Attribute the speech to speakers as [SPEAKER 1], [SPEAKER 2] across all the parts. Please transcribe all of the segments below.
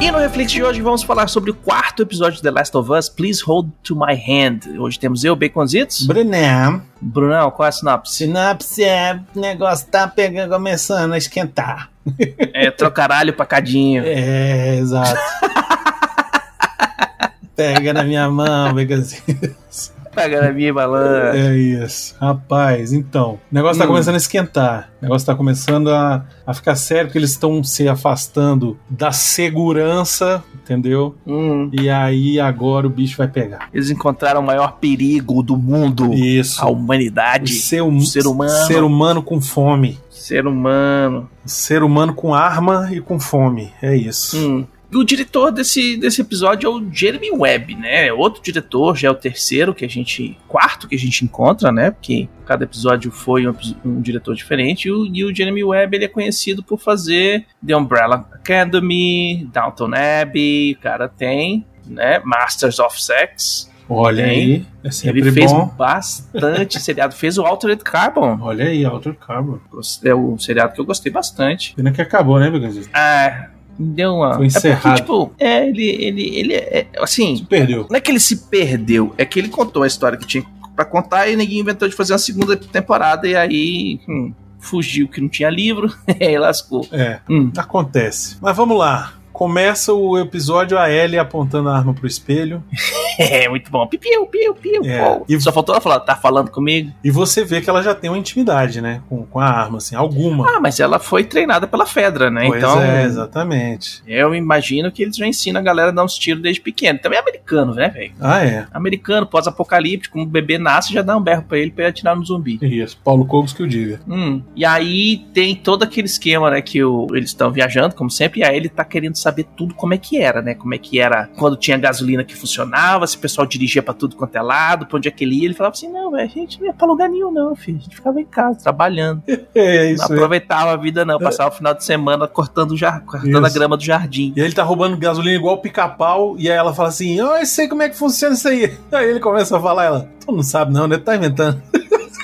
[SPEAKER 1] E no Reflix de hoje vamos falar sobre o quarto episódio de The Last of Us, Please Hold to My Hand. Hoje temos eu, Baconzitos.
[SPEAKER 2] Bruné,
[SPEAKER 1] Brunão, qual é a sinopse?
[SPEAKER 2] sinapse é. O negócio tá pegando, começando a esquentar.
[SPEAKER 1] É trocaralho pacadinho.
[SPEAKER 2] É, exato. Pega na minha mão, pega assim.
[SPEAKER 1] É, Pega na minha balança.
[SPEAKER 2] É isso. Rapaz, então. O negócio tá
[SPEAKER 1] Hum.
[SPEAKER 2] começando a esquentar. O negócio tá começando a, a ficar sério, porque eles estão se afastando da segurança, entendeu?
[SPEAKER 1] Hum,
[SPEAKER 2] E aí agora o bicho vai pegar.
[SPEAKER 1] eles encontraram o maior perigo do mundo,
[SPEAKER 2] Isso.
[SPEAKER 1] a
[SPEAKER 2] O
[SPEAKER 1] humanidade,
[SPEAKER 2] ser, hum-
[SPEAKER 1] ser humano.
[SPEAKER 2] Ser humano com fome.
[SPEAKER 1] ser humano.
[SPEAKER 2] Ser humano com arma e com fome. É isso.
[SPEAKER 1] Hum. E O diretor desse, desse episódio é o Jeremy Webb, né? Outro diretor, já é o terceiro que a gente. quarto que a gente encontra, né? Porque cada episódio foi um, episo- um diretor diferente. E o, e o Jeremy Webb ele é conhecido por fazer The Umbrella Academy, Downton Abbey, o cara tem, né? Masters of Sex.
[SPEAKER 2] Olha
[SPEAKER 1] Tem.
[SPEAKER 2] aí. É sempre
[SPEAKER 1] ele fez
[SPEAKER 2] bom.
[SPEAKER 1] bastante seriado. Fez o Altered Carbon.
[SPEAKER 2] Olha aí, Alter Carbon.
[SPEAKER 1] É um seriado que eu gostei bastante.
[SPEAKER 2] Pena que acabou, né, Biganzito?
[SPEAKER 1] Ah, deu uma.
[SPEAKER 2] Foi
[SPEAKER 1] É porque,
[SPEAKER 2] encerrado.
[SPEAKER 1] tipo, é, ele, ele, ele é, é, assim,
[SPEAKER 2] Perdeu.
[SPEAKER 1] não é que ele se perdeu, é que ele contou a história que tinha pra contar e ninguém inventou de fazer uma segunda temporada e aí hum, fugiu que não tinha livro e aí lascou.
[SPEAKER 2] É,
[SPEAKER 1] Hum.
[SPEAKER 2] acontece. Mas vamos lá. Começa o episódio a Ellie apontando a arma pro espelho.
[SPEAKER 1] É, muito bom. Pipiu, piu, piu.
[SPEAKER 2] É,
[SPEAKER 1] pô.
[SPEAKER 2] e-
[SPEAKER 1] Só faltou ela falar, tá falando comigo?
[SPEAKER 2] E você vê que ela já tem uma intimidade, né? Com, com a arma, assim, alguma.
[SPEAKER 1] Ah, mas ela foi treinada pela Fedra, né?
[SPEAKER 2] pois
[SPEAKER 1] então.
[SPEAKER 2] é, exatamente.
[SPEAKER 1] Eu imagino que eles já ensinam a galera a dar uns tiros desde pequeno. Também é americano, né, velho?
[SPEAKER 2] Ah, é.
[SPEAKER 1] Americano, pós-apocalíptico, um bebê nasce já dá um berro pra ele pra ele atirar no zumbi.
[SPEAKER 2] Isso. é Paulo Cogos que o diga.
[SPEAKER 1] Hum, E aí tem todo aquele esquema, né? Que o- eles estão viajando, como sempre, e aí ele tá querendo saber tudo como é que era, né? Como é que era quando tinha gasolina que funcionava, se o pessoal dirigia pra tudo quanto é lado, pra onde é que ele ia. Ele falava assim: não, velho, a gente não ia pra lugar nenhum, não, filho. A gente ficava em casa, trabalhando.
[SPEAKER 2] É
[SPEAKER 1] Não
[SPEAKER 2] isso. aí.
[SPEAKER 1] aproveitava a vida, não. Passava o final de semana cortando, o jar- cortando a
[SPEAKER 2] Isso.
[SPEAKER 1] grama do jardim.
[SPEAKER 2] E aí ele tá roubando gasolina igual o pica-pau. E aí ela fala assim: Ah, eu sei como é que funciona isso aí. Aí ele começa a falar, ela: Tu não sabe, não, né? Tá inventando.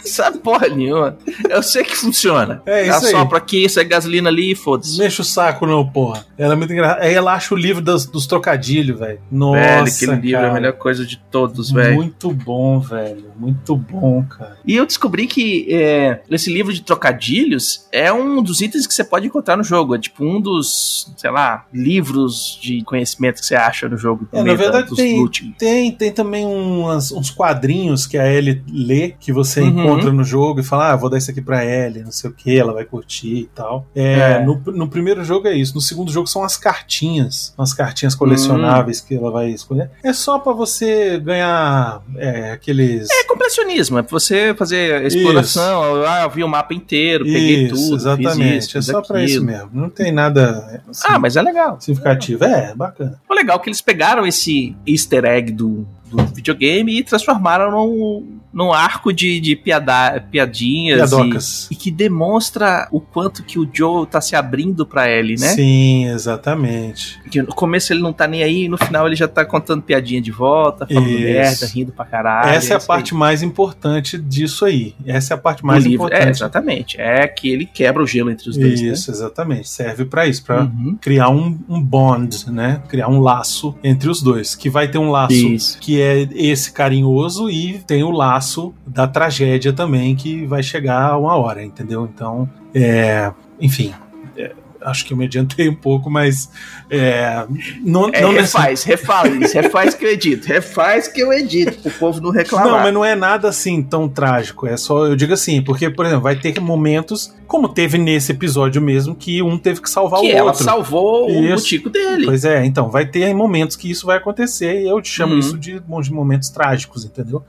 [SPEAKER 1] Sabe porra nenhuma. Eu sei que funciona.
[SPEAKER 2] É isso aí.
[SPEAKER 1] Assopra aqui, isso é gasolina ali, foda-se.
[SPEAKER 2] Mexe o saco, não, porra. Ela é muito engraçada. Aí ela acha o livro dos, dos trocadilhos, velho. Nossa.
[SPEAKER 1] Velho, aquele livro é
[SPEAKER 2] cara.
[SPEAKER 1] a melhor coisa de todos, velho.
[SPEAKER 2] Muito bom, velho. Muito bom, cara.
[SPEAKER 1] E eu descobri que é, esse livro de trocadilhos é um dos itens que você pode encontrar no jogo. É tipo um dos, sei lá, livros de conhecimento que você acha no jogo.
[SPEAKER 2] É, na
[SPEAKER 1] Meta,
[SPEAKER 2] verdade
[SPEAKER 1] dos
[SPEAKER 2] tem-
[SPEAKER 1] loot.
[SPEAKER 2] Tem, tem também umas- uns quadrinhos que a Ellie lê, que você
[SPEAKER 1] Uhum.
[SPEAKER 2] encontra no jogo e fala, ah, vou dar isso aqui pra Ellie, não sei o que, ela vai curtir e tal. É,
[SPEAKER 1] É.
[SPEAKER 2] No, no primeiro jogo é isso. No segundo jogo são as cartinhas, umas cartinhas
[SPEAKER 1] Hum.
[SPEAKER 2] colecionáveis que ela vai escolher. É só pra você ganhar é, aqueles...
[SPEAKER 1] É completionismo, é pra você fazer exploração. Ah, eu vi o mapa inteiro, peguei tudo.
[SPEAKER 2] exatamente.
[SPEAKER 1] Fiz isso,
[SPEAKER 2] é
[SPEAKER 1] fiz
[SPEAKER 2] só pra isso
[SPEAKER 1] aquilo.
[SPEAKER 2] mesmo. Não tem nada assim,
[SPEAKER 1] Ah, mas é legal.
[SPEAKER 2] significativo. É, bacana.
[SPEAKER 1] O legal é que eles pegaram esse easter egg do, do videogame e transformaram num, num arco de, de piada, piadinhas. e-
[SPEAKER 2] Piadocas.
[SPEAKER 1] e que demonstra o quanto que o Joe tá se abrindo pra Ellie, né?
[SPEAKER 2] Sim, exatamente.
[SPEAKER 1] Que no começo ele não tá nem aí, no final ele já tá contando piadinha de volta, falando
[SPEAKER 2] Isso.
[SPEAKER 1] merda, rindo pra caralho.
[SPEAKER 2] Essa é a
[SPEAKER 1] isso
[SPEAKER 2] parte mais importante disso aí. Essa é a parte
[SPEAKER 1] aí.
[SPEAKER 2] mais
[SPEAKER 1] do livro. É,
[SPEAKER 2] importante.
[SPEAKER 1] exatamente. É que ele quebra o gelo entre os dois, né?
[SPEAKER 2] Isso, tá. exatamente. Serve pra isso, pra
[SPEAKER 1] Uhum.
[SPEAKER 2] criar um, um bond, né? Criar um laço entre os dois. Que vai ter um laço
[SPEAKER 1] Isso.
[SPEAKER 2] que é esse carinhoso e tem o laço da tragédia também, que vai chegar uma hora, entendeu? Então, é, enfim. é, Acho que eu me adiantei um pouco, mas é, não,
[SPEAKER 1] É,
[SPEAKER 2] não necessariamente.
[SPEAKER 1] refaz, refaz, refaz que eu edito, refaz que eu edito, pro povo não reclamar.
[SPEAKER 2] Não, mas não é nada assim tão trágico. É só, eu digo assim, porque, por exemplo, vai ter momentos, como teve nesse episódio mesmo, que um teve que salvar
[SPEAKER 1] que
[SPEAKER 2] o
[SPEAKER 1] ela
[SPEAKER 2] outro.
[SPEAKER 1] salvou o
[SPEAKER 2] Isso.
[SPEAKER 1] botico dele.
[SPEAKER 2] Pois é, então, vai ter momentos que isso vai acontecer e eu te chamo
[SPEAKER 1] Uhum.
[SPEAKER 2] isso de de momentos trágicos, entendeu?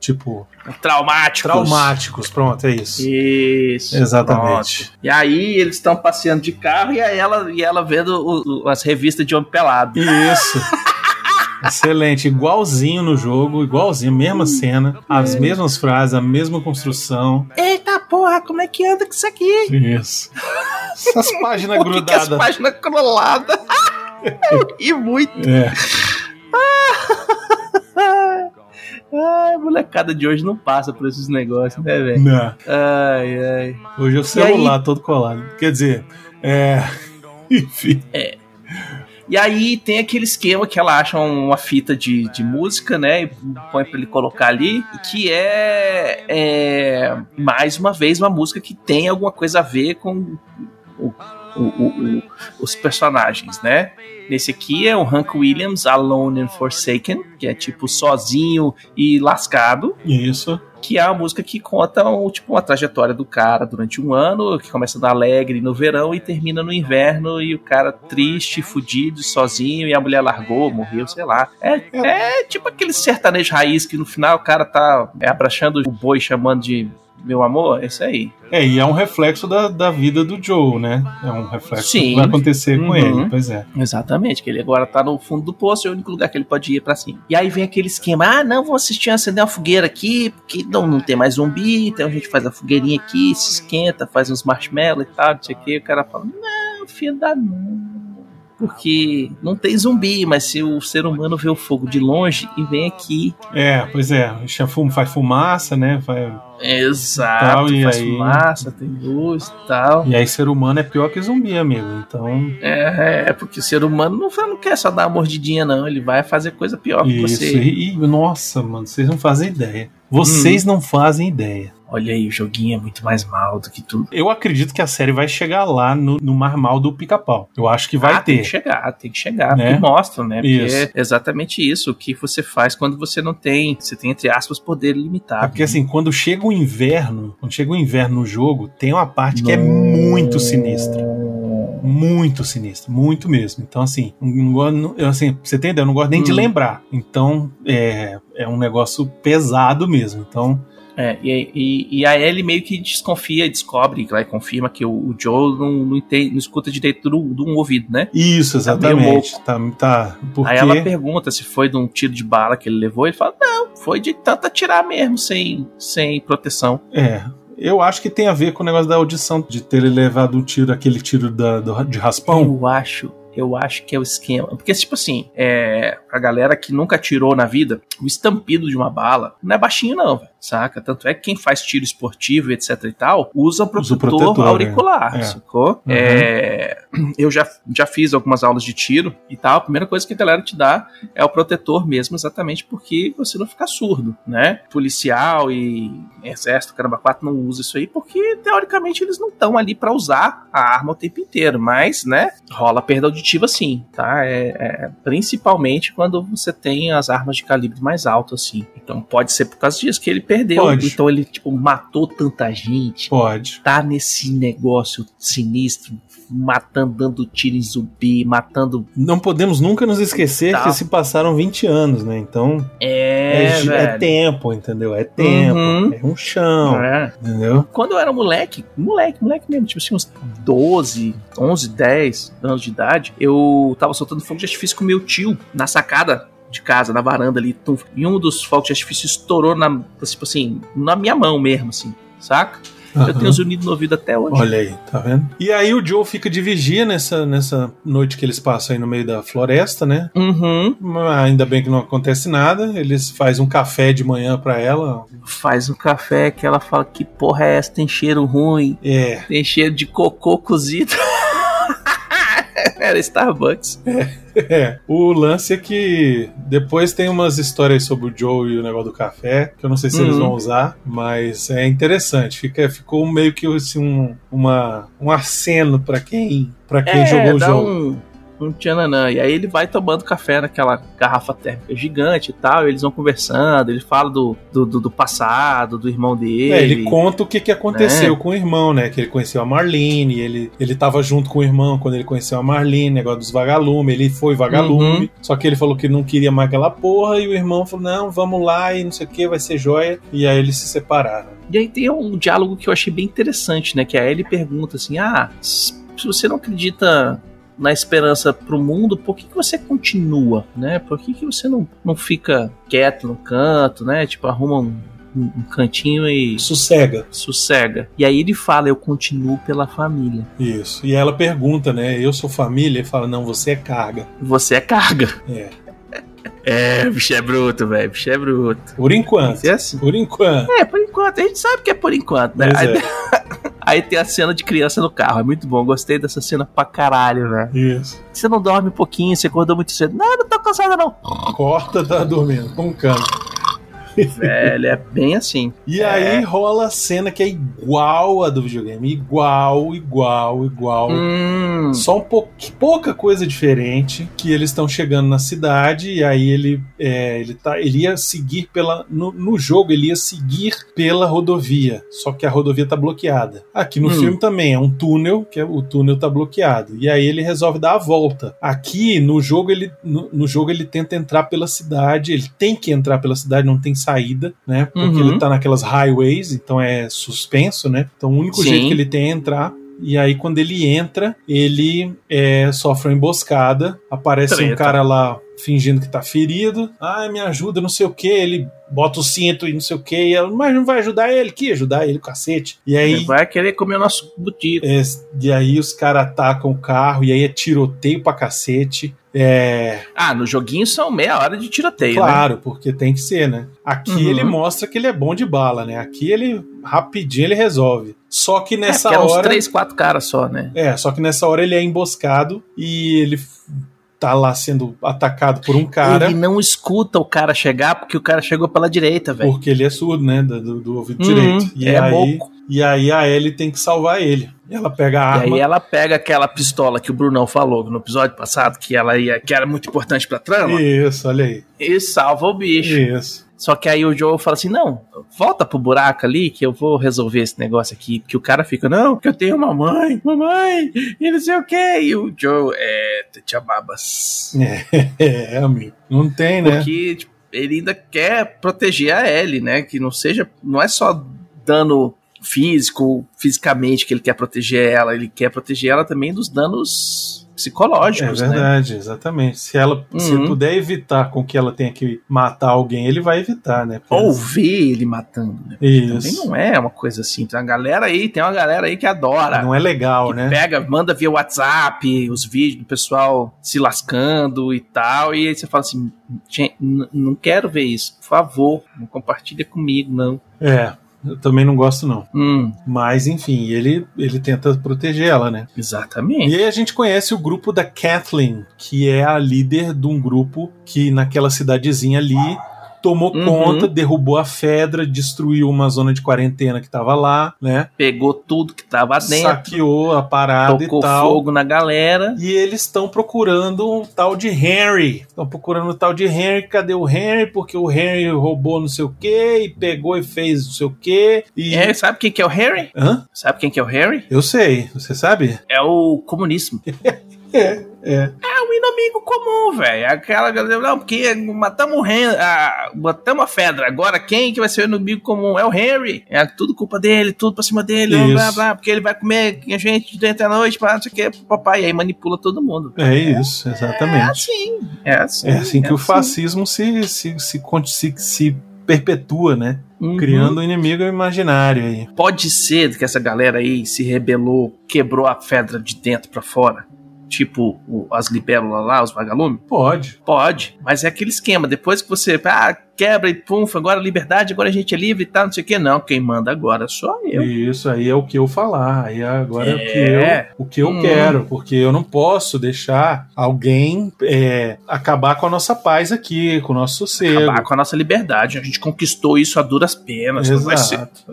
[SPEAKER 2] Tipo,
[SPEAKER 1] Traumático.
[SPEAKER 2] traumáticos, É, pronto, é isso.
[SPEAKER 1] Isso.
[SPEAKER 2] Exatamente.
[SPEAKER 1] pronto. E aí eles estão passeando de carro e aí ela, e ela vendo o- o- as revistas de homem pelado.
[SPEAKER 2] Isso. Excelente, igualzinho no jogo, igualzinho, mesma
[SPEAKER 1] Hum.
[SPEAKER 2] cena, as mesmas frases, a mesma construção.
[SPEAKER 1] Eita porra, como é que anda com isso aqui?
[SPEAKER 2] Isso. Essas páginas
[SPEAKER 1] Por que, que as
[SPEAKER 2] grudadas.
[SPEAKER 1] páginas croladas? Eu ri muito.
[SPEAKER 2] É.
[SPEAKER 1] Ai, molecada de hoje não passa por esses negócios, né, velho?
[SPEAKER 2] Não.
[SPEAKER 1] Ai, ai.
[SPEAKER 2] Hoje é o celular todo colado. Quer dizer, é. Enfim.
[SPEAKER 1] E aí tem aquele esquema que ela acha um, uma fita de, de música, né? E põe pra ele colocar ali, que é, é, mais uma vez uma música que tem alguma coisa a ver com o- o- o- o- os personagens, né? Nesse aqui é o Hank Williams, Alone and Forsaken, que é tipo sozinho e lascado
[SPEAKER 2] Isso.
[SPEAKER 1] que é a música que conta um, tipo, uma trajetória do cara durante um ano, que começa no alegre no verão e termina no inverno, e o cara triste, fudido, sozinho, e a mulher largou, morreu, sei lá. É, é tipo aquele sertanejo raiz que no final o cara tá é, abraçando o boi chamando de meu amor, é isso aí.
[SPEAKER 2] É, e é um reflexo da, da vida do Joe, né? É um reflexo
[SPEAKER 1] Sim.
[SPEAKER 2] que vai acontecer
[SPEAKER 1] Uhum.
[SPEAKER 2] com ele. Pois é.
[SPEAKER 1] Exatamente, que ele agora tá no fundo do poço, é o único lugar que ele pode ir pra cima. E aí vem aquele esquema: ah, não, vou assistir acender uma fogueira aqui, porque não, não tem mais zumbi, então a gente faz a fogueirinha aqui, se esquenta, faz uns marshmallows e tal, não sei o que. O cara fala: não, filho da não. Porque não tem zumbi, mas se o ser humano vê o fogo de longe e vem aqui.
[SPEAKER 2] É, pois é. Deixa fum- Faz fumaça, né? Vai-
[SPEAKER 1] Exato,
[SPEAKER 2] Tal, Então, e
[SPEAKER 1] faz
[SPEAKER 2] aí?
[SPEAKER 1] fumaça, tem luz e tal.
[SPEAKER 2] E aí, ser humano é pior que zumbi, amigo. Então,
[SPEAKER 1] É, é, porque o ser humano não, não quer só dar uma mordidinha, não. Ele vai fazer coisa pior que
[SPEAKER 2] isso.
[SPEAKER 1] Ah, você.
[SPEAKER 2] E, e, nossa, mano, vocês não fazem ideia. Vocês
[SPEAKER 1] Uhum.
[SPEAKER 2] não fazem ideia.
[SPEAKER 1] Olha aí, o joguinho é muito mais mal do que tudo.
[SPEAKER 2] Eu acredito que a série vai chegar lá no, no mar mal do pica-pau. Eu acho que vai
[SPEAKER 1] Ah, Tem que
[SPEAKER 2] ter.
[SPEAKER 1] chegar, tem que chegar,
[SPEAKER 2] Né?
[SPEAKER 1] porque mostra, né? Porque
[SPEAKER 2] Isso.
[SPEAKER 1] é exatamente isso, o que você faz quando você não tem, você tem, entre aspas, poder
[SPEAKER 2] É
[SPEAKER 1] limitado. né?
[SPEAKER 2] porque assim, quando chega o inverno, quando chega o inverno no jogo, tem uma parte que é
[SPEAKER 1] Nossa.
[SPEAKER 2] muito sinistra. Muito sinistra, muito mesmo. Então, assim, não- não gosto- não- eu, assim pra você entendeu? Eu não gosto nem de
[SPEAKER 1] Hum.
[SPEAKER 2] lembrar. Então, é, é um negócio pesado mesmo. Então,
[SPEAKER 1] É, e, e, e a Ellie meio que desconfia e descobre, lá, e confirma que o, o Joe não, não, entende, não escuta direito do, do um ouvido, né?
[SPEAKER 2] isso,
[SPEAKER 1] Tá meio
[SPEAKER 2] exatamente. Tá, tá, porque...
[SPEAKER 1] Aí ela pergunta se foi de um tiro de bala que ele levou, ele fala, não, foi de tanto atirar mesmo, sem, sem proteção.
[SPEAKER 2] É. Eu acho que tem a ver com o negócio da audição, de ter ele levado um tiro, aquele tiro da- do- de raspão.
[SPEAKER 1] Eu acho, eu acho que é o esquema. Porque, tipo assim, é, a galera que nunca atirou na vida, o estampido de uma bala não é baixinho, não, velho, saca? Tanto é que quem faz tiro esportivo, etc e tal, usa o
[SPEAKER 2] Usa
[SPEAKER 1] protetor,
[SPEAKER 2] o protetor,
[SPEAKER 1] auricular,
[SPEAKER 2] é. É.
[SPEAKER 1] sacou?
[SPEAKER 2] Uhum.
[SPEAKER 1] É, eu já, já fiz algumas aulas de tiro e tal. A primeira coisa que a galera te dá é o protetor mesmo, exatamente porque você não fica surdo, né? Policial e exército, caramba, quatro não usa isso aí porque teoricamente eles não estão ali pra usar a arma o tempo inteiro, mas, né? Rola perda auditiva sim, tá? É, é, principalmente quando você tem as armas de calibre mais alto assim. Então pode ser por causa disso que ele perdeu,
[SPEAKER 2] Pode.
[SPEAKER 1] então ele tipo matou tanta gente
[SPEAKER 2] Pode.
[SPEAKER 1] tá nesse negócio sinistro, matando, dando tiro em zumbi, matando.
[SPEAKER 2] Não podemos nunca nos esquecer
[SPEAKER 1] Tá.
[SPEAKER 2] que se passaram 20 anos, né? Então,
[SPEAKER 1] É,
[SPEAKER 2] É, gi- é
[SPEAKER 1] velho.
[SPEAKER 2] tempo, entendeu? É tempo.
[SPEAKER 1] Uhum.
[SPEAKER 2] É um chão,
[SPEAKER 1] É.
[SPEAKER 2] entendeu?
[SPEAKER 1] Quando eu era moleque, moleque, moleque mesmo, tipo assim, uns 12, 11, 10 anos de idade, eu tava soltando fogo de artifício com meu tio na sacada de casa, na varanda ali. tum. E um dos fogos de artifício estourou na, tipo assim, na minha mão mesmo, assim, saca? Eu tenho os unidos no ouvido até hoje.
[SPEAKER 2] Olha aí, tá vendo? E aí o Joe fica de vigia nessa, nessa noite que eles passam aí no meio da floresta, né?
[SPEAKER 1] Uhum.
[SPEAKER 2] Mas Ainda bem que não acontece nada. Eles fazem um café de manhã pra ela.
[SPEAKER 1] Faz um café que ela fala: que porra é essa? Tem cheiro ruim.
[SPEAKER 2] É,
[SPEAKER 1] Tem cheiro de cocô cozido. Era Starbucks.
[SPEAKER 2] é. O lance é que depois tem umas histórias sobre o Joe e o negócio do café, que eu não sei se eles
[SPEAKER 1] Uhum.
[SPEAKER 2] vão usar, mas é interessante. Fica, ficou meio que assim, um, uma, um aceno pra quem, pra quem jogou o
[SPEAKER 1] É, dá
[SPEAKER 2] jogo.
[SPEAKER 1] um, um tchananã. E aí ele vai tomando café naquela garrafa térmica gigante e tal. e eles vão conversando, ele fala do, do, do- do passado, do irmão dele.
[SPEAKER 2] É, ele conta o que, que aconteceu com o irmão, né? Que ele conheceu a Marlene, ele, ele tava junto com o irmão quando ele conheceu a Marlene, negócio dos vagalumes, ele foi vagalume,
[SPEAKER 1] Uhum.
[SPEAKER 2] só que ele falou que não queria mais aquela porra, e o irmão falou, não, vamos lá, e não sei o que, vai ser joia, e aí eles se separaram.
[SPEAKER 1] E aí tem um diálogo que eu achei bem interessante, né? Que a Ellie pergunta assim: Ah, se você não acredita na esperança pro mundo, por que, que você continua, né? Por que, que você não, não fica quieto no canto, né? Tipo, arruma um um cantinho e
[SPEAKER 2] Sossega.
[SPEAKER 1] sossega. E aí ele fala, eu continuo pela família.
[SPEAKER 2] Isso. E ela pergunta, né? Eu sou família? Ele fala, não, você é carga.
[SPEAKER 1] Você é carga.
[SPEAKER 2] É.
[SPEAKER 1] É, bicho é bruto, velho. Bicho é bruto.
[SPEAKER 2] Por enquanto.
[SPEAKER 1] É assim.
[SPEAKER 2] Por enquanto.
[SPEAKER 1] É, por enquanto. A gente sabe que é por enquanto, né?
[SPEAKER 2] Pois
[SPEAKER 1] Aí,
[SPEAKER 2] é.
[SPEAKER 1] aí tem a cena de criança no carro. É muito bom. Gostei dessa cena pra caralho, velho.
[SPEAKER 2] é, Isso.
[SPEAKER 1] Você não dorme um pouquinho, você acordou muito cedo. Não, não tô cansada, não.
[SPEAKER 2] Corta, tá dormindo. Com cano.
[SPEAKER 1] velho, é bem assim.
[SPEAKER 2] E aí rola a cena que é igual a do videogame. Igual, igual, igual.
[SPEAKER 1] Hum.
[SPEAKER 2] Só um pou- pouca coisa diferente que eles estão chegando na cidade e aí ele é, ele tá ele ia seguir pela no, no jogo ele ia seguir pela rodovia só que a rodovia tá bloqueada aqui no
[SPEAKER 1] Hum.
[SPEAKER 2] filme também é um túnel que é, o túnel tá bloqueado e aí ele resolve dar a volta aqui no jogo ele no, no jogo ele tenta entrar pela cidade ele tem que entrar pela cidade não tem saída né porque
[SPEAKER 1] Uhum.
[SPEAKER 2] ele tá naquelas highways então é suspenso né então o único
[SPEAKER 1] Sim.
[SPEAKER 2] jeito que ele tem é entrar e aí, quando ele entra, ele é, sofre uma emboscada. Aparece um
[SPEAKER 1] Treta.
[SPEAKER 2] cara lá fingindo que tá ferido. Ai, me ajuda, não sei o que. Ele bota o cinto e não sei o que. E ela, mas não vai ajudar ele? Que ajudar ele, cacete. E aí.
[SPEAKER 1] Ele vai querer comer o nosso botico.
[SPEAKER 2] é, e aí os caras atacam o carro e aí é tiroteio pra cacete. É,
[SPEAKER 1] Ah, no joguinho são meia hora de tiroteio, né?
[SPEAKER 2] claro, porque tem que ser, né? Aqui
[SPEAKER 1] Uhum.
[SPEAKER 2] ele mostra que ele é bom de bala, né? Aqui ele rapidinho ele resolve. Só que
[SPEAKER 1] É,
[SPEAKER 2] nessa
[SPEAKER 1] porque eram uns
[SPEAKER 2] hora.
[SPEAKER 1] três, quatro caras só, né?
[SPEAKER 2] É, só que nessa hora ele é emboscado e ele f- tá lá sendo atacado por um cara,
[SPEAKER 1] Ele não escuta o cara chegar porque o cara chegou pela direita, velho.
[SPEAKER 2] porque ele é surdo, né? Do, do- do ouvido
[SPEAKER 1] Uhum,
[SPEAKER 2] direito. E,
[SPEAKER 1] é
[SPEAKER 2] aí,
[SPEAKER 1] louco.
[SPEAKER 2] e aí a Ellie tem que salvar ele. E ela pega a
[SPEAKER 1] E aí
[SPEAKER 2] arma.
[SPEAKER 1] ela pega aquela pistola que o Brunão falou no episódio passado, que ela ia, que era muito importante pra trama, e,
[SPEAKER 2] Isso, olha aí.
[SPEAKER 1] salva o bicho.
[SPEAKER 2] Isso.
[SPEAKER 1] Só que aí o Joe fala assim: não, volta pro buraco ali que eu vou resolver esse negócio aqui. Porque o cara fica, não, que eu tenho uma mãe, mamãe, e não sei o quê. E o Joe, é, te chamabas.
[SPEAKER 2] É, amigo. Não tem, né?
[SPEAKER 1] Porque tipo, ele ainda quer proteger a Ellie, né? Que não seja. Não é só dano físico, fisicamente que ele quer proteger ela, ele quer proteger ela também dos danos
[SPEAKER 2] É
[SPEAKER 1] psicológicos, né?
[SPEAKER 2] verdade, exatamente. Se ela se
[SPEAKER 1] Uhum.
[SPEAKER 2] puder evitar com que ela tenha que matar alguém, ele vai evitar, né? Porque-
[SPEAKER 1] Ou ver ele matando, né? Também
[SPEAKER 2] Isso.
[SPEAKER 1] não é uma coisa assim. Tem uma galera aí, tem uma galera aí que adora.
[SPEAKER 2] Não é legal,
[SPEAKER 1] que
[SPEAKER 2] né?
[SPEAKER 1] pega, manda via WhatsApp os vídeos do pessoal se lascando e tal, e aí você fala assim, gente, n- não quero ver isso, por favor, não compartilha comigo, não.
[SPEAKER 2] É, eu também não gosto, não.
[SPEAKER 1] Hum,
[SPEAKER 2] Mas enfim, ele, ele tenta proteger ela, né?
[SPEAKER 1] exatamente.
[SPEAKER 2] E aí a gente conhece o grupo da Kathleen, que é a líder de um grupo que naquela cidadezinha ali tomou
[SPEAKER 1] Uhum.
[SPEAKER 2] conta, derrubou a Fedra, destruiu uma zona de quarentena que tava lá, né?
[SPEAKER 1] Pegou tudo que tava dentro,
[SPEAKER 2] Saqueou a parada
[SPEAKER 1] tocou
[SPEAKER 2] e tal.
[SPEAKER 1] fogo na galera.
[SPEAKER 2] E eles estão procurando um tal de Henry. Estão procurando o tal de Henry. Cadê o Henry? Porque o Henry roubou não sei o quê, e pegou e fez não sei o quê. E.
[SPEAKER 1] É, sabe quem que é o Harry?
[SPEAKER 2] Hã?
[SPEAKER 1] Sabe quem que é o Harry?
[SPEAKER 2] Eu sei, você sabe?
[SPEAKER 1] É o comunismo.
[SPEAKER 2] É, é.
[SPEAKER 1] É um inimigo comum, velho. Aquela galera, não, porque matamos o Henry, a, matamos a Fedra. Agora quem que vai ser o inimigo comum? É o Henry. É tudo culpa dele, tudo pra cima dele,
[SPEAKER 2] Isso.
[SPEAKER 1] blá blá, porque ele vai comer a gente durante a noite, pra não sei o que, papai. E aí manipula todo mundo.
[SPEAKER 2] É isso,
[SPEAKER 1] É
[SPEAKER 2] exatamente.
[SPEAKER 1] assim. É assim.
[SPEAKER 2] É assim que o fascismo se, se, se, con- se, se perpetua, né?
[SPEAKER 1] Uhum.
[SPEAKER 2] Criando um inimigo imaginário aí.
[SPEAKER 1] Pode ser que essa galera aí se rebelou, quebrou a Fedra de dentro pra fora. Tipo o- as libélulas lá, os vagalumes.
[SPEAKER 2] Pode.
[SPEAKER 1] Pode, mas é aquele esquema. Depois que você ah, quebra e pum, agora liberdade, agora a gente é livre e tal, não sei o que. Não, quem manda agora sou eu.
[SPEAKER 2] Isso aí é o que eu falar. Aí agora
[SPEAKER 1] É.
[SPEAKER 2] é o que eu, o que eu
[SPEAKER 1] Hum.
[SPEAKER 2] quero, porque eu não posso deixar alguém é, acabar com a nossa paz aqui, com o nosso sossego.
[SPEAKER 1] Acabar com a nossa liberdade. A gente conquistou isso a duras penas. Não vai ser.
[SPEAKER 2] Exato,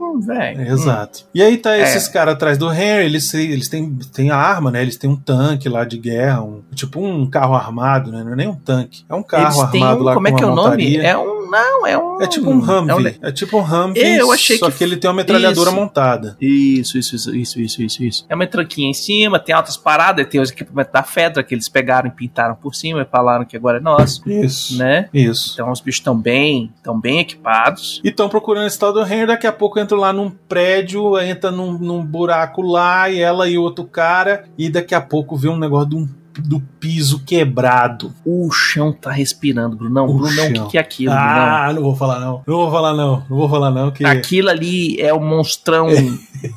[SPEAKER 1] Hum, véi.
[SPEAKER 2] exato. E aí tá
[SPEAKER 1] É.
[SPEAKER 2] esses caras atrás do Henry, eles, se- eles têm, têm a arma, né? Eles têm um tanque lá de guerra, um- tipo um carro armado, né? Não é nem um tanque. É um carro
[SPEAKER 1] Eles têm
[SPEAKER 2] armado
[SPEAKER 1] um.
[SPEAKER 2] lá
[SPEAKER 1] Como é
[SPEAKER 2] com
[SPEAKER 1] que é
[SPEAKER 2] uma
[SPEAKER 1] o nome?
[SPEAKER 2] montaria.
[SPEAKER 1] É um. Não, é um.
[SPEAKER 2] É tipo um Humvee.
[SPEAKER 1] é
[SPEAKER 2] É,
[SPEAKER 1] um le-
[SPEAKER 2] tipo um Humvee.
[SPEAKER 1] Eu achei
[SPEAKER 2] só
[SPEAKER 1] que-
[SPEAKER 2] que... ele tem uma metralhadora
[SPEAKER 1] Isso.
[SPEAKER 2] montada.
[SPEAKER 1] Isso, isso, isso, isso, isso, isso, isso. É uma tranquinha em cima, tem altas paradas, tem os equipamentos da Fedra que eles pegaram e pintaram por cima e falaram que agora é nosso,
[SPEAKER 2] Isso.
[SPEAKER 1] né?
[SPEAKER 2] Isso.
[SPEAKER 1] Então os bichos estão bem, estão bem equipados.
[SPEAKER 2] E estão procurando esse tal do Henry, daqui a pouco entro lá num prédio, entra num, num buraco lá, e ela e outro cara, e daqui a pouco vê um negócio de um do piso quebrado.
[SPEAKER 1] O chão tá respirando, Brunão.
[SPEAKER 2] O
[SPEAKER 1] Brunão, o
[SPEAKER 2] chão.
[SPEAKER 1] que, que é aquilo, Brunão?
[SPEAKER 2] ah, não. vou falar não. Não vou falar não. Não vou falar não que
[SPEAKER 1] Aquilo ali é o monstrão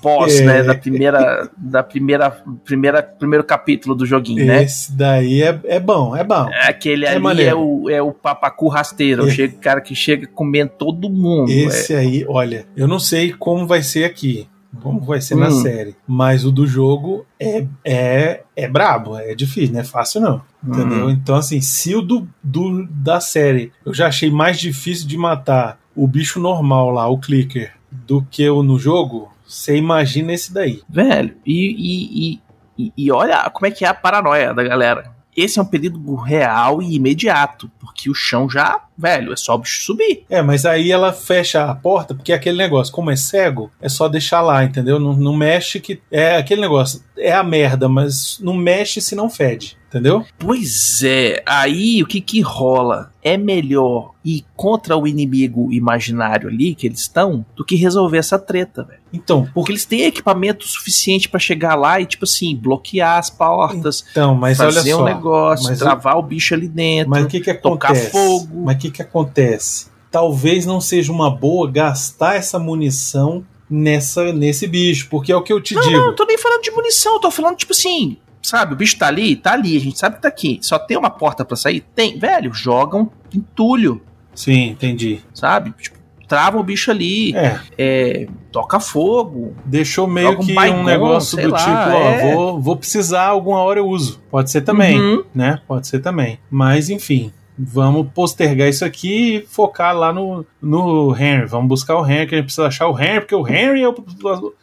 [SPEAKER 1] boss,
[SPEAKER 2] É.
[SPEAKER 1] né? Da primeira. Da primeira. primeira primeiro capítulo do joguinho, né?
[SPEAKER 2] esse daí é, é bom, é bom.
[SPEAKER 1] Aquele
[SPEAKER 2] É
[SPEAKER 1] ali
[SPEAKER 2] maneiro.
[SPEAKER 1] é o, é o papacu rasteiro.
[SPEAKER 2] É.
[SPEAKER 1] Chega, o cara que chega comendo todo mundo. é.
[SPEAKER 2] Esse aí, olha, eu não sei como vai ser aqui, como vai ser na
[SPEAKER 1] Hum.
[SPEAKER 2] série, mas o do jogo é, é, é brabo, é difícil, não é fácil não, entendeu?
[SPEAKER 1] Uhum.
[SPEAKER 2] Então assim, se o do, do- da série eu já achei mais difícil de matar o bicho normal lá, o clicker, do que o no jogo, você imagina esse daí.
[SPEAKER 1] Velho, e, e, e, e olha como é que é a paranoia da galera. Esse é um perigo real e imediato, porque o chão já, velho, é só o bicho subir.
[SPEAKER 2] É, mas aí ela fecha a porta, porque é aquele negócio, como é cego, é só deixar lá, entendeu? Não, não mexe que. É aquele negócio, é a merda, mas não mexe se não fede, entendeu?
[SPEAKER 1] Pois é, aí o que que rola? É melhor ir contra o inimigo imaginário ali que eles estão do que resolver essa treta, velho.
[SPEAKER 2] Então,
[SPEAKER 1] Porque eles têm equipamento suficiente pra chegar lá e, tipo assim, bloquear as portas,
[SPEAKER 2] então, mas olha
[SPEAKER 1] fazer
[SPEAKER 2] só.
[SPEAKER 1] um negócio,
[SPEAKER 2] mas eu-
[SPEAKER 1] travar o bicho ali dentro.
[SPEAKER 2] mas o que que
[SPEAKER 1] tocar
[SPEAKER 2] acontece?
[SPEAKER 1] fogo.
[SPEAKER 2] Mas o que que acontece? Talvez não seja uma boa gastar essa munição nessa nesse bicho, porque é o que eu te
[SPEAKER 1] Não,
[SPEAKER 2] digo.
[SPEAKER 1] não, eu tô nem falando de munição, eu tô falando, tipo assim, sabe, o bicho tá ali, tá ali, a gente sabe que tá aqui. Só tem uma porta pra sair? Tem, velho, joga um entulho,
[SPEAKER 2] Sim, entendi.
[SPEAKER 1] sabe? Tipo, trava o bicho ali,
[SPEAKER 2] É,
[SPEAKER 1] é, toca fogo.
[SPEAKER 2] deixou meio
[SPEAKER 1] Joga um
[SPEAKER 2] que
[SPEAKER 1] Baygon,
[SPEAKER 2] um negócio
[SPEAKER 1] sei
[SPEAKER 2] do
[SPEAKER 1] lá,
[SPEAKER 2] tipo, ó,
[SPEAKER 1] é.
[SPEAKER 2] vou, vou precisar, alguma hora eu uso. Pode ser também.
[SPEAKER 1] Uhum.
[SPEAKER 2] né? Pode ser também. Mas, enfim, vamos postergar isso aqui e focar lá no, no Henry. Vamos buscar o Henry, que a gente precisa achar o Henry, porque o Henry é o,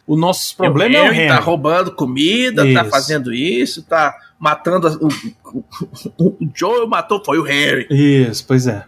[SPEAKER 2] o nosso problema é o Henry.
[SPEAKER 1] Tá roubando comida, tá
[SPEAKER 2] Isso.
[SPEAKER 1] fazendo isso, tá matando. as- o, o, o, o Joe matou, foi o Harry.
[SPEAKER 2] Isso, pois é.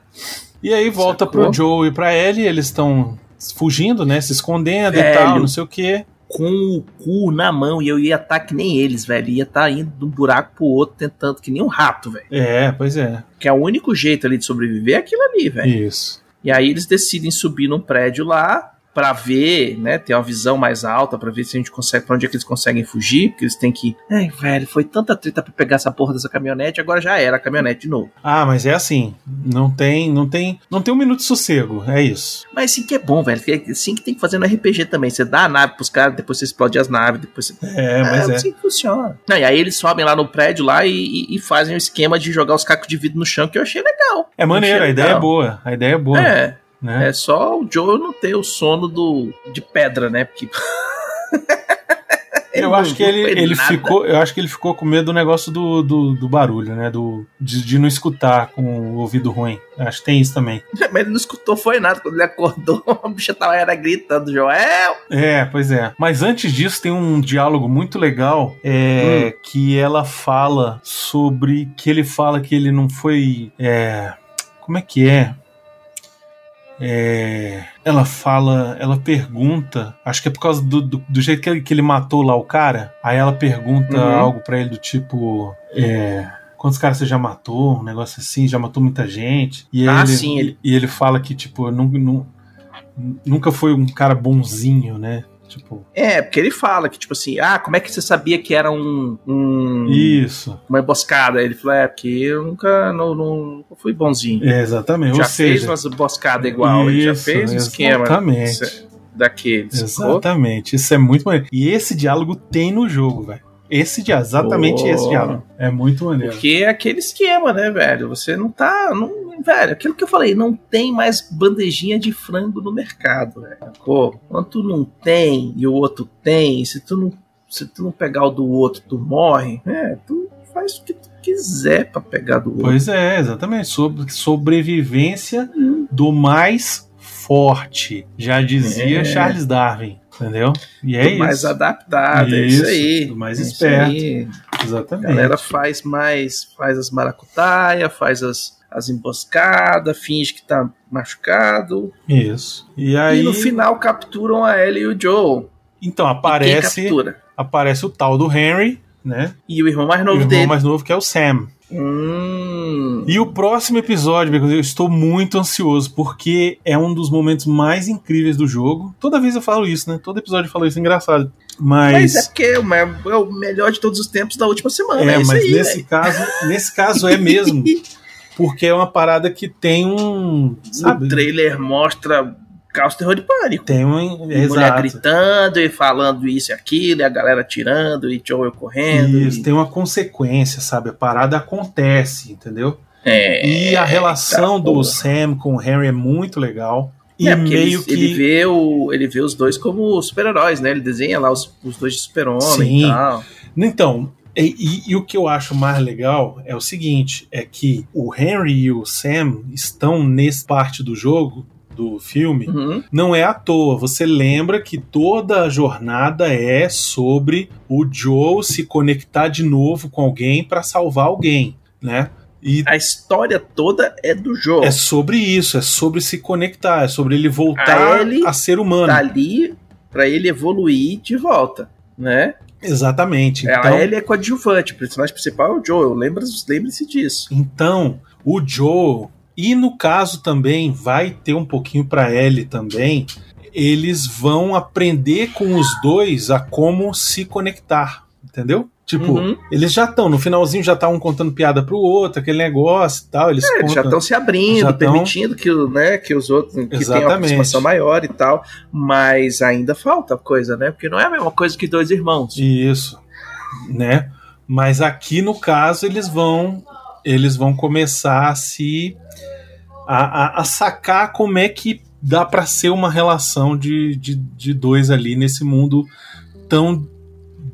[SPEAKER 2] E aí volta
[SPEAKER 1] Sacou?
[SPEAKER 2] pro Joe e pra Ellie, eles estão fugindo, né? Se escondendo e
[SPEAKER 1] Velho.
[SPEAKER 2] tal, não sei o quê.
[SPEAKER 1] com o cu na mão e eu ia estar que nem eles, velho. Ia estar indo de um buraco pro outro, tentando que nem um rato, velho.
[SPEAKER 2] É, pois é.
[SPEAKER 1] Que é o único jeito ali de sobreviver é aquilo ali, velho.
[SPEAKER 2] Isso.
[SPEAKER 1] E aí eles decidem subir num prédio lá pra ver, né, ter uma visão mais alta pra ver se a gente consegue para onde é que eles conseguem fugir, porque eles têm que, ai, velho, foi tanta treta pra pegar essa porra dessa caminhonete, agora já era a caminhonete de novo.
[SPEAKER 2] Ah, mas é assim, não tem, não tem, não tem um minuto de sossego, é isso.
[SPEAKER 1] Mas assim que é bom, velho, que é assim que tem que fazer no RPG também, você dá a nave pros caras, depois você explode as naves, depois você
[SPEAKER 2] É, mas
[SPEAKER 1] É,
[SPEAKER 2] é.
[SPEAKER 1] assim que funciona. Não, e aí eles sobem lá no prédio lá e, e- e fazem o esquema de jogar os cacos de vidro no chão, que eu achei legal.
[SPEAKER 2] É maneiro,
[SPEAKER 1] Achei
[SPEAKER 2] a ideia é
[SPEAKER 1] legal.
[SPEAKER 2] boa, a ideia é boa,
[SPEAKER 1] É,
[SPEAKER 2] né?
[SPEAKER 1] é só o Joe não ter o sono do, de pedra, né? Porque Ele
[SPEAKER 2] eu
[SPEAKER 1] não
[SPEAKER 2] acho que
[SPEAKER 1] viu,
[SPEAKER 2] ele,
[SPEAKER 1] foi
[SPEAKER 2] ele
[SPEAKER 1] nada.
[SPEAKER 2] ficou, eu acho que ele ficou com medo do negócio do, do, do barulho, né? Do, de, de não escutar com o ouvido ruim. Acho que tem isso também.
[SPEAKER 1] mas ele não escutou foi nada. Quando ele acordou, a bicha tava era gritando, Joel.
[SPEAKER 2] É, pois é. Mas antes disso tem um diálogo muito legal é, que ela fala sobre que ele fala que ele não foi, é, como é que é? É, ela fala, ela pergunta, acho que é por causa do, do, do jeito que ele, que ele matou lá o cara. Aí ela pergunta
[SPEAKER 1] Uhum.
[SPEAKER 2] algo pra ele do tipo, é, quantos caras você já matou, um negócio assim, já matou muita gente. E
[SPEAKER 1] Ah,
[SPEAKER 2] ele,
[SPEAKER 1] sim, ele-
[SPEAKER 2] E ele fala que, tipo, eu nun- nun- nunca foi um cara bonzinho, né? Tipo,
[SPEAKER 1] É, porque ele fala que, tipo assim, ah, como é que você sabia que era um. um-
[SPEAKER 2] isso,
[SPEAKER 1] uma emboscada? Aí Ele falou, é, porque eu nunca, não, não- nunca fui bonzinho.
[SPEAKER 2] é, exatamente.
[SPEAKER 1] já
[SPEAKER 2] Ou seja,
[SPEAKER 1] fez umas emboscadas igual, ele já fez um esquema
[SPEAKER 2] Exatamente.
[SPEAKER 1] daquele. sacou?
[SPEAKER 2] Exatamente. Isso é muito maneiro. E esse diálogo tem no jogo, velho. Esse dia, exatamente
[SPEAKER 1] Boa.
[SPEAKER 2] esse diálogo. É muito maneiro.
[SPEAKER 1] Porque é aquele esquema, né, velho? Você não tá. Não, velho, aquilo que eu falei, não tem mais bandejinha de frango no mercado, velho. sacou? Quando tu não tem e o outro tem, se tu não, se tu não pegar o do outro, tu morre, é, tu faz o que tu quiser pra pegar do outro.
[SPEAKER 2] Pois é, exatamente. Sobre sobrevivência do mais forte. Já dizia
[SPEAKER 1] É.
[SPEAKER 2] Charles Darwin, entendeu? E é
[SPEAKER 1] Do
[SPEAKER 2] isso.
[SPEAKER 1] mais adaptado, é isso
[SPEAKER 2] Isso,
[SPEAKER 1] aí.
[SPEAKER 2] do mais
[SPEAKER 1] é isso
[SPEAKER 2] esperto.
[SPEAKER 1] aí. A
[SPEAKER 2] Exatamente.
[SPEAKER 1] galera faz mais, faz as maracutaias, faz as, as emboscadas, finge que tá machucado.
[SPEAKER 2] Isso. E aí,
[SPEAKER 1] E no final capturam a Ellie e o Joe.
[SPEAKER 2] então
[SPEAKER 1] E, quem
[SPEAKER 2] aparece,
[SPEAKER 1] captura?
[SPEAKER 2] aparece o tal do Henry, né?
[SPEAKER 1] e o irmão mais
[SPEAKER 2] O
[SPEAKER 1] novo
[SPEAKER 2] irmão
[SPEAKER 1] dele.
[SPEAKER 2] mais novo que é o Sam.
[SPEAKER 1] Hum, Hum.
[SPEAKER 2] E o próximo episódio, Bicos, eu estou muito ansioso, porque é um dos momentos mais incríveis do jogo. Toda vez eu falo isso, né? Todo episódio eu falo isso, engraçado. Mas,
[SPEAKER 1] Mas é porque é o me- é o melhor de todos os tempos da última semana.
[SPEAKER 2] é,
[SPEAKER 1] É, isso
[SPEAKER 2] mas
[SPEAKER 1] aí,
[SPEAKER 2] nesse
[SPEAKER 1] velho.
[SPEAKER 2] caso, nesse caso é mesmo, porque é uma parada que tem um,
[SPEAKER 1] O
[SPEAKER 2] sabe?
[SPEAKER 1] trailer mostra caos, terror e pânico.
[SPEAKER 2] Tem um,
[SPEAKER 1] Mulher
[SPEAKER 2] exato.
[SPEAKER 1] gritando e falando isso e aquilo, e a galera tirando, e Joel correndo.
[SPEAKER 2] Isso,
[SPEAKER 1] e-
[SPEAKER 2] tem uma consequência, sabe? A parada acontece, entendeu?
[SPEAKER 1] É,
[SPEAKER 2] E a relação
[SPEAKER 1] tá,
[SPEAKER 2] do
[SPEAKER 1] porra.
[SPEAKER 2] Sam com o Harry é muito legal. E
[SPEAKER 1] é, porque
[SPEAKER 2] meio
[SPEAKER 1] ele,
[SPEAKER 2] que.
[SPEAKER 1] ele, vê o, ele vê os dois como super-heróis, né? Ele desenha lá os, os dois de super-homem
[SPEAKER 2] Sim.
[SPEAKER 1] e tal.
[SPEAKER 2] Então, e, e- e o que eu acho mais legal é o seguinte: é que o Henry e o Sam estão nessa parte do jogo, do filme,
[SPEAKER 1] Uhum.
[SPEAKER 2] não é à toa. Você lembra que toda a jornada é sobre o Joe se conectar de novo com alguém para salvar alguém, né? E
[SPEAKER 1] A história toda é do jogo.
[SPEAKER 2] é sobre isso, é sobre se conectar, é sobre ele
[SPEAKER 1] A
[SPEAKER 2] voltar
[SPEAKER 1] Ellie
[SPEAKER 2] a ser humano.
[SPEAKER 1] Dali, Tá pra ele evoluir de volta, né?
[SPEAKER 2] Exatamente.
[SPEAKER 1] Ela-
[SPEAKER 2] Então,
[SPEAKER 1] ele é coadjuvante, o personagem principal é o Joel, lembra- lembre-se disso.
[SPEAKER 2] Então, o Joe, e no caso também, vai ter um pouquinho para Ellie também, eles vão aprender com os dois a como se conectar, entendeu? Tipo,
[SPEAKER 1] Uhum.
[SPEAKER 2] eles já estão, no finalzinho já tá um contando piada pro outro, aquele negócio e tal, eles
[SPEAKER 1] É, eles já
[SPEAKER 2] contam.
[SPEAKER 1] estão se abrindo,
[SPEAKER 2] já tão-
[SPEAKER 1] permitindo que, o- né, que os outros que tenham uma
[SPEAKER 2] Exatamente.
[SPEAKER 1] aproximação maior e tal, mas ainda falta coisa, né? Porque não é a mesma coisa que dois irmãos.
[SPEAKER 2] Isso, né? Mas aqui no caso eles vão eles vão começar a se a, a- a sacar como é que dá para ser uma relação de, de, de dois ali nesse mundo tão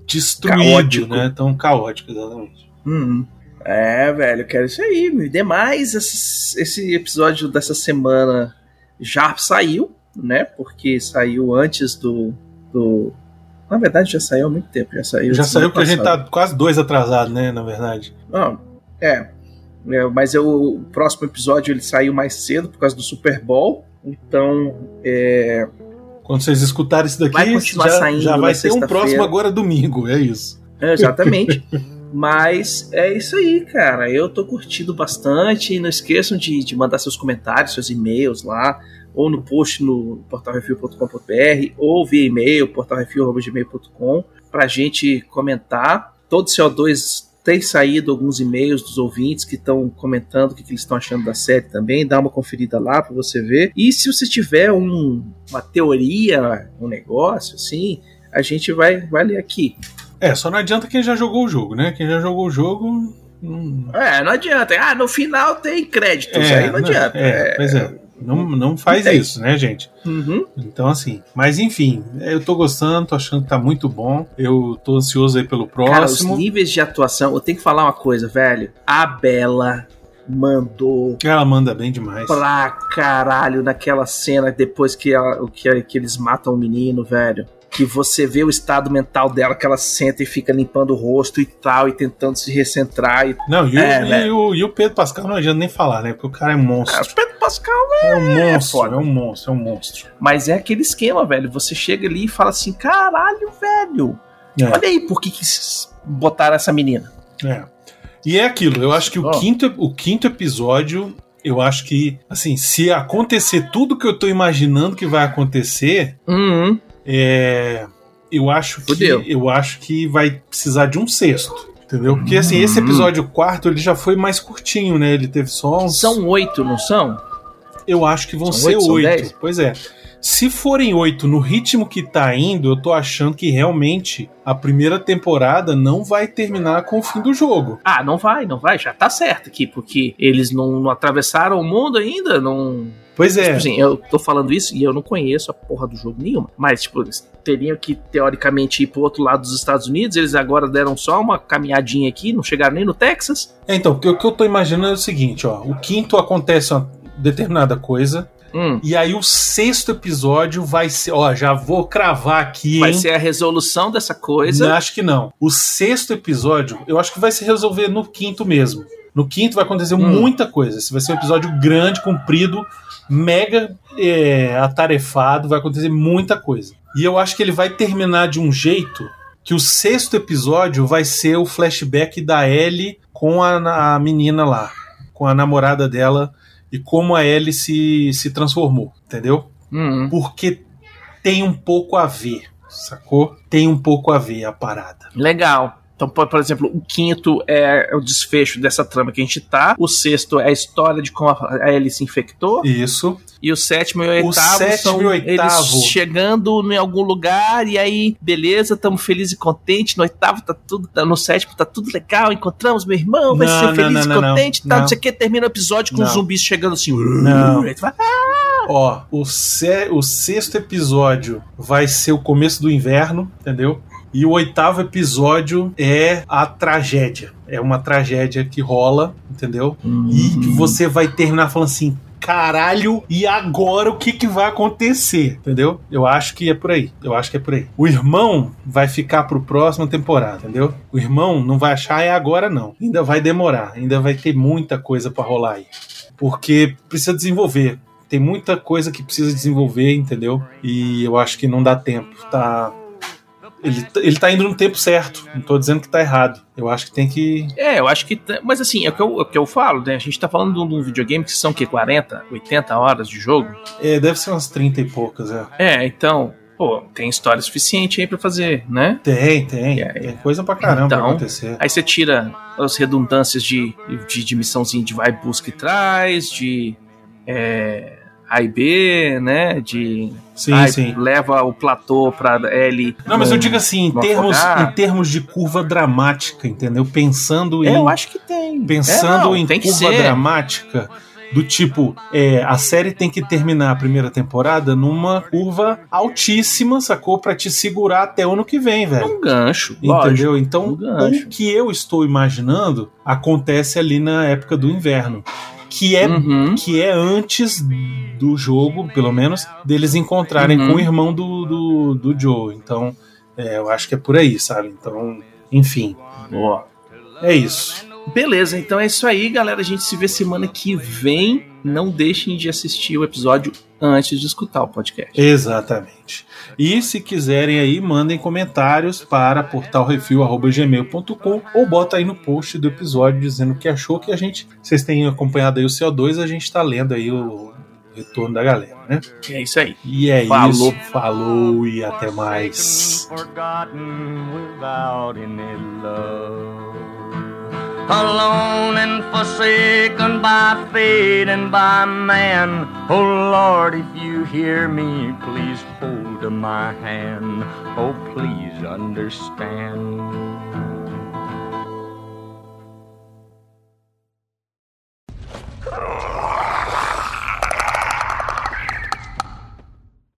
[SPEAKER 2] destruído,
[SPEAKER 1] Caótico.
[SPEAKER 2] né? Tão caótico, exatamente.
[SPEAKER 1] Hum. É, velho, eu quero isso aí. Me dê mais. Esses- Esse episódio dessa semana já saiu, né? Porque saiu antes do. do... Na verdade, já saiu há muito tempo. Já saiu.
[SPEAKER 2] Já
[SPEAKER 1] semana
[SPEAKER 2] saiu que a gente
[SPEAKER 1] passada.
[SPEAKER 2] tá quase dois atrasado, né? Na verdade.
[SPEAKER 1] Não, é. É, mas eu- o próximo episódio ele saiu mais cedo por causa do Super Bowl. Então, é,
[SPEAKER 2] Quando vocês escutarem isso daqui,
[SPEAKER 1] Vai continuar
[SPEAKER 2] já,
[SPEAKER 1] saindo
[SPEAKER 2] já
[SPEAKER 1] na
[SPEAKER 2] vai ter um
[SPEAKER 1] sexta-feira.
[SPEAKER 2] próximo agora domingo, é isso.
[SPEAKER 1] É, exatamente. Mas é isso aí, cara. Eu tô curtindo bastante. E não esqueçam de, de mandar seus comentários, seus e-mails lá, ou no post no portalrefil.com.br, ou via e-mail, portalrefil.gmail.com, pra gente comentar. Todo CO2 tem saído alguns e-mails dos ouvintes que estão comentando o que, que eles estão achando da série também. Dá uma conferida lá pra você ver. E se você tiver um- uma teoria, um negócio assim, a gente vai, vai ler aqui.
[SPEAKER 2] É, só não adianta quem já jogou o jogo, né? Quem já jogou o jogo. hum,
[SPEAKER 1] É, não adianta. Ah, no final tem crédito. Isso aí não adianta.
[SPEAKER 2] É,
[SPEAKER 1] É.
[SPEAKER 2] Pois é, não, não faz
[SPEAKER 1] Não tem.
[SPEAKER 2] isso, né, gente?
[SPEAKER 1] Uhum.
[SPEAKER 2] Então, assim, mas enfim, é, eu tô gostando, tô achando que tá muito bom. Eu tô ansioso aí pelo
[SPEAKER 1] Cara, os
[SPEAKER 2] próximo.
[SPEAKER 1] níveis de atuação. Eu tenho que falar uma coisa, velho. A Bela mandou
[SPEAKER 2] Ela manda bem demais.
[SPEAKER 1] pra caralho naquela cena depois que, ela, o que, que eles matam o menino, velho. Que você vê o estado mental dela, que ela senta e fica limpando o rosto e tal, e tentando se recentrar. E...
[SPEAKER 2] Não, e o,
[SPEAKER 1] É,
[SPEAKER 2] e
[SPEAKER 1] velho.
[SPEAKER 2] o- e o Pedro Pascal não adianta nem falar, né? Porque o cara é um
[SPEAKER 1] Ah,
[SPEAKER 2] monstro.
[SPEAKER 1] o Pedro Pascal
[SPEAKER 2] É um monstro,
[SPEAKER 1] foda.
[SPEAKER 2] é um monstro, é um monstro.
[SPEAKER 1] Mas é aquele esquema, velho. Você chega ali e fala assim: caralho, velho.
[SPEAKER 2] É.
[SPEAKER 1] Olha aí por que, que s- botaram essa menina.
[SPEAKER 2] É. E é aquilo, eu acho que o,
[SPEAKER 1] Ó.
[SPEAKER 2] quinto, o quinto episódio, eu acho que, assim, se acontecer tudo que eu tô imaginando que vai acontecer,
[SPEAKER 1] Uhum.
[SPEAKER 2] É, eu acho que
[SPEAKER 1] Fudeu.
[SPEAKER 2] eu acho que vai precisar de um sexto, entendeu? Porque assim, esse
[SPEAKER 1] Uhum.
[SPEAKER 2] episódio quarto ele já foi mais curtinho, né? Ele teve só uns,
[SPEAKER 1] São oito, não são?
[SPEAKER 2] eu acho que vão
[SPEAKER 1] são
[SPEAKER 2] ser
[SPEAKER 1] oito, são
[SPEAKER 2] oito.
[SPEAKER 1] dez?
[SPEAKER 2] Pois é. Se forem oito no ritmo que tá indo, eu tô achando que realmente a primeira temporada não vai terminar com o fim do jogo.
[SPEAKER 1] Ah, não vai, não vai. Já tá certo aqui, porque eles não, não atravessaram o mundo ainda, não.
[SPEAKER 2] Pois
[SPEAKER 1] Tipo
[SPEAKER 2] é.
[SPEAKER 1] assim, eu tô falando isso e eu não conheço a porra do jogo nenhuma. Mas, tipo, eles teriam que, teoricamente, ir pro outro lado dos Estados Unidos. Eles agora deram só uma caminhadinha aqui, não chegaram nem no Texas.
[SPEAKER 2] É, Então, porque o que eu tô imaginando é o seguinte, ó. O quinto acontece uma determinada coisa
[SPEAKER 1] Hum,
[SPEAKER 2] e aí o sexto episódio vai ser, ó, já vou cravar aqui,
[SPEAKER 1] vai
[SPEAKER 2] hein?
[SPEAKER 1] ser a resolução dessa
[SPEAKER 2] Não,
[SPEAKER 1] coisa.
[SPEAKER 2] acho que não. O sexto episódio, eu acho que vai se resolver no quinto mesmo. No quinto vai acontecer
[SPEAKER 1] Hum.
[SPEAKER 2] muita coisa. Esse vai ser um episódio grande, comprido, mega é, atarefado, vai acontecer muita coisa. E eu acho que ele vai terminar de um jeito que o sexto episódio vai ser o flashback da Ellie com a, a menina lá. com a namorada dela e como a Ellie se, se transformou, entendeu?
[SPEAKER 1] Hum.
[SPEAKER 2] Porque tem um pouco a ver, sacou? Tem um pouco a ver a parada.
[SPEAKER 1] Legal. Então, por, por exemplo, o quinto é o desfecho dessa trama que a gente tá. O sexto é a história de como a a Ellie se infectou.
[SPEAKER 2] Isso.
[SPEAKER 1] E o sétimo e o oitavo
[SPEAKER 2] sétimo
[SPEAKER 1] são
[SPEAKER 2] e o oitavo.
[SPEAKER 1] eles chegando em algum lugar e aí, beleza, estamos felizes e contentes. No oitavo tá tudo, tá- no sétimo tá tudo legal, encontramos meu irmão, vai
[SPEAKER 2] Não,
[SPEAKER 1] ser
[SPEAKER 2] não,
[SPEAKER 1] feliz
[SPEAKER 2] não,
[SPEAKER 1] e
[SPEAKER 2] não, não.
[SPEAKER 1] contente, tal, não
[SPEAKER 2] Não.
[SPEAKER 1] sei o que. Termina o episódio com
[SPEAKER 2] Não.
[SPEAKER 1] os zumbis chegando assim.
[SPEAKER 2] Não.
[SPEAKER 1] Aí tu vai,
[SPEAKER 2] Ó, o, sé- o sexto episódio vai ser o começo do inverno, entendeu? E o oitavo episódio é a tragédia. É uma tragédia que rola, entendeu? E que você vai terminar falando assim, caralho, e agora o que, que vai acontecer? Entendeu? Eu acho que é por aí. Eu acho que é por aí. O irmão vai ficar pro próximo temporada, entendeu? O irmão não vai achar é agora, não. Ainda vai demorar. Ainda vai ter muita coisa pra rolar aí. Porque precisa desenvolver. Tem muita coisa que precisa desenvolver, entendeu? E eu acho que não dá tempo. Tá. Ele, ele tá indo no tempo certo. Não tô dizendo que tá errado. Eu acho que tem que
[SPEAKER 1] É, eu acho que. t- Mas assim, é o que eu, é o que eu falo, né? A gente tá falando de um- de um videogame que são o quê? 40, 80 horas de jogo?
[SPEAKER 2] É, deve ser umas 30 e poucas, é.
[SPEAKER 1] É, então, pô, tem história suficiente aí pra fazer, né?
[SPEAKER 2] Tem, tem.
[SPEAKER 1] É, é.
[SPEAKER 2] Tem coisa pra caramba
[SPEAKER 1] Então,
[SPEAKER 2] pra acontecer.
[SPEAKER 1] Aí você tira as redundâncias de, de, de missãozinha de vai, busca e traz, de é, A e B, né? De
[SPEAKER 2] Sim,
[SPEAKER 1] ai,
[SPEAKER 2] sim.
[SPEAKER 1] leva o platô pra L.
[SPEAKER 2] Não, mas eu
[SPEAKER 1] com-
[SPEAKER 2] digo assim, em
[SPEAKER 1] Vão
[SPEAKER 2] termos,
[SPEAKER 1] afogar.
[SPEAKER 2] em termos de curva dramática, entendeu? Pensando em.
[SPEAKER 1] É, eu acho que tem.
[SPEAKER 2] assim, Pensando
[SPEAKER 1] É, não,
[SPEAKER 2] em
[SPEAKER 1] tem que
[SPEAKER 2] curva
[SPEAKER 1] ser.
[SPEAKER 2] dramática, do tipo, é, a série tem que terminar a primeira temporada numa curva altíssima, sacou? Pra te segurar até o ano que vem,
[SPEAKER 1] É
[SPEAKER 2] velho.
[SPEAKER 1] um gancho, lógico.
[SPEAKER 2] Entendeu? Então,
[SPEAKER 1] um gancho.
[SPEAKER 2] o que eu estou imaginando acontece ali na época do inverno. Que é
[SPEAKER 1] Uhum.
[SPEAKER 2] que é antes do jogo, pelo menos, deles encontrarem
[SPEAKER 1] Uhum.
[SPEAKER 2] com o irmão do, do, do Joe. Então, é, eu acho que é por aí, sabe? Então, enfim,
[SPEAKER 1] Boa.
[SPEAKER 2] é isso.
[SPEAKER 1] Beleza, então é isso aí, galera. A gente se vê semana que vem. Não deixem de assistir o episódio antes de escutar o podcast.
[SPEAKER 2] Exatamente. E se quiserem aí, mandem comentários para portalrefil.gmail.com ou bota aí no post do episódio dizendo o que achou que a gente. Vocês têm acompanhado aí o CO2, a gente tá lendo aí o retorno da galera, né?
[SPEAKER 1] É isso aí.
[SPEAKER 2] E é
[SPEAKER 1] Falou.
[SPEAKER 2] isso. Falou e até mais.
[SPEAKER 3] Forgotten without any love. Alone and forsaken by fate and by man. Oh Lord, if you hear me, please hold my hand. Oh, please understand.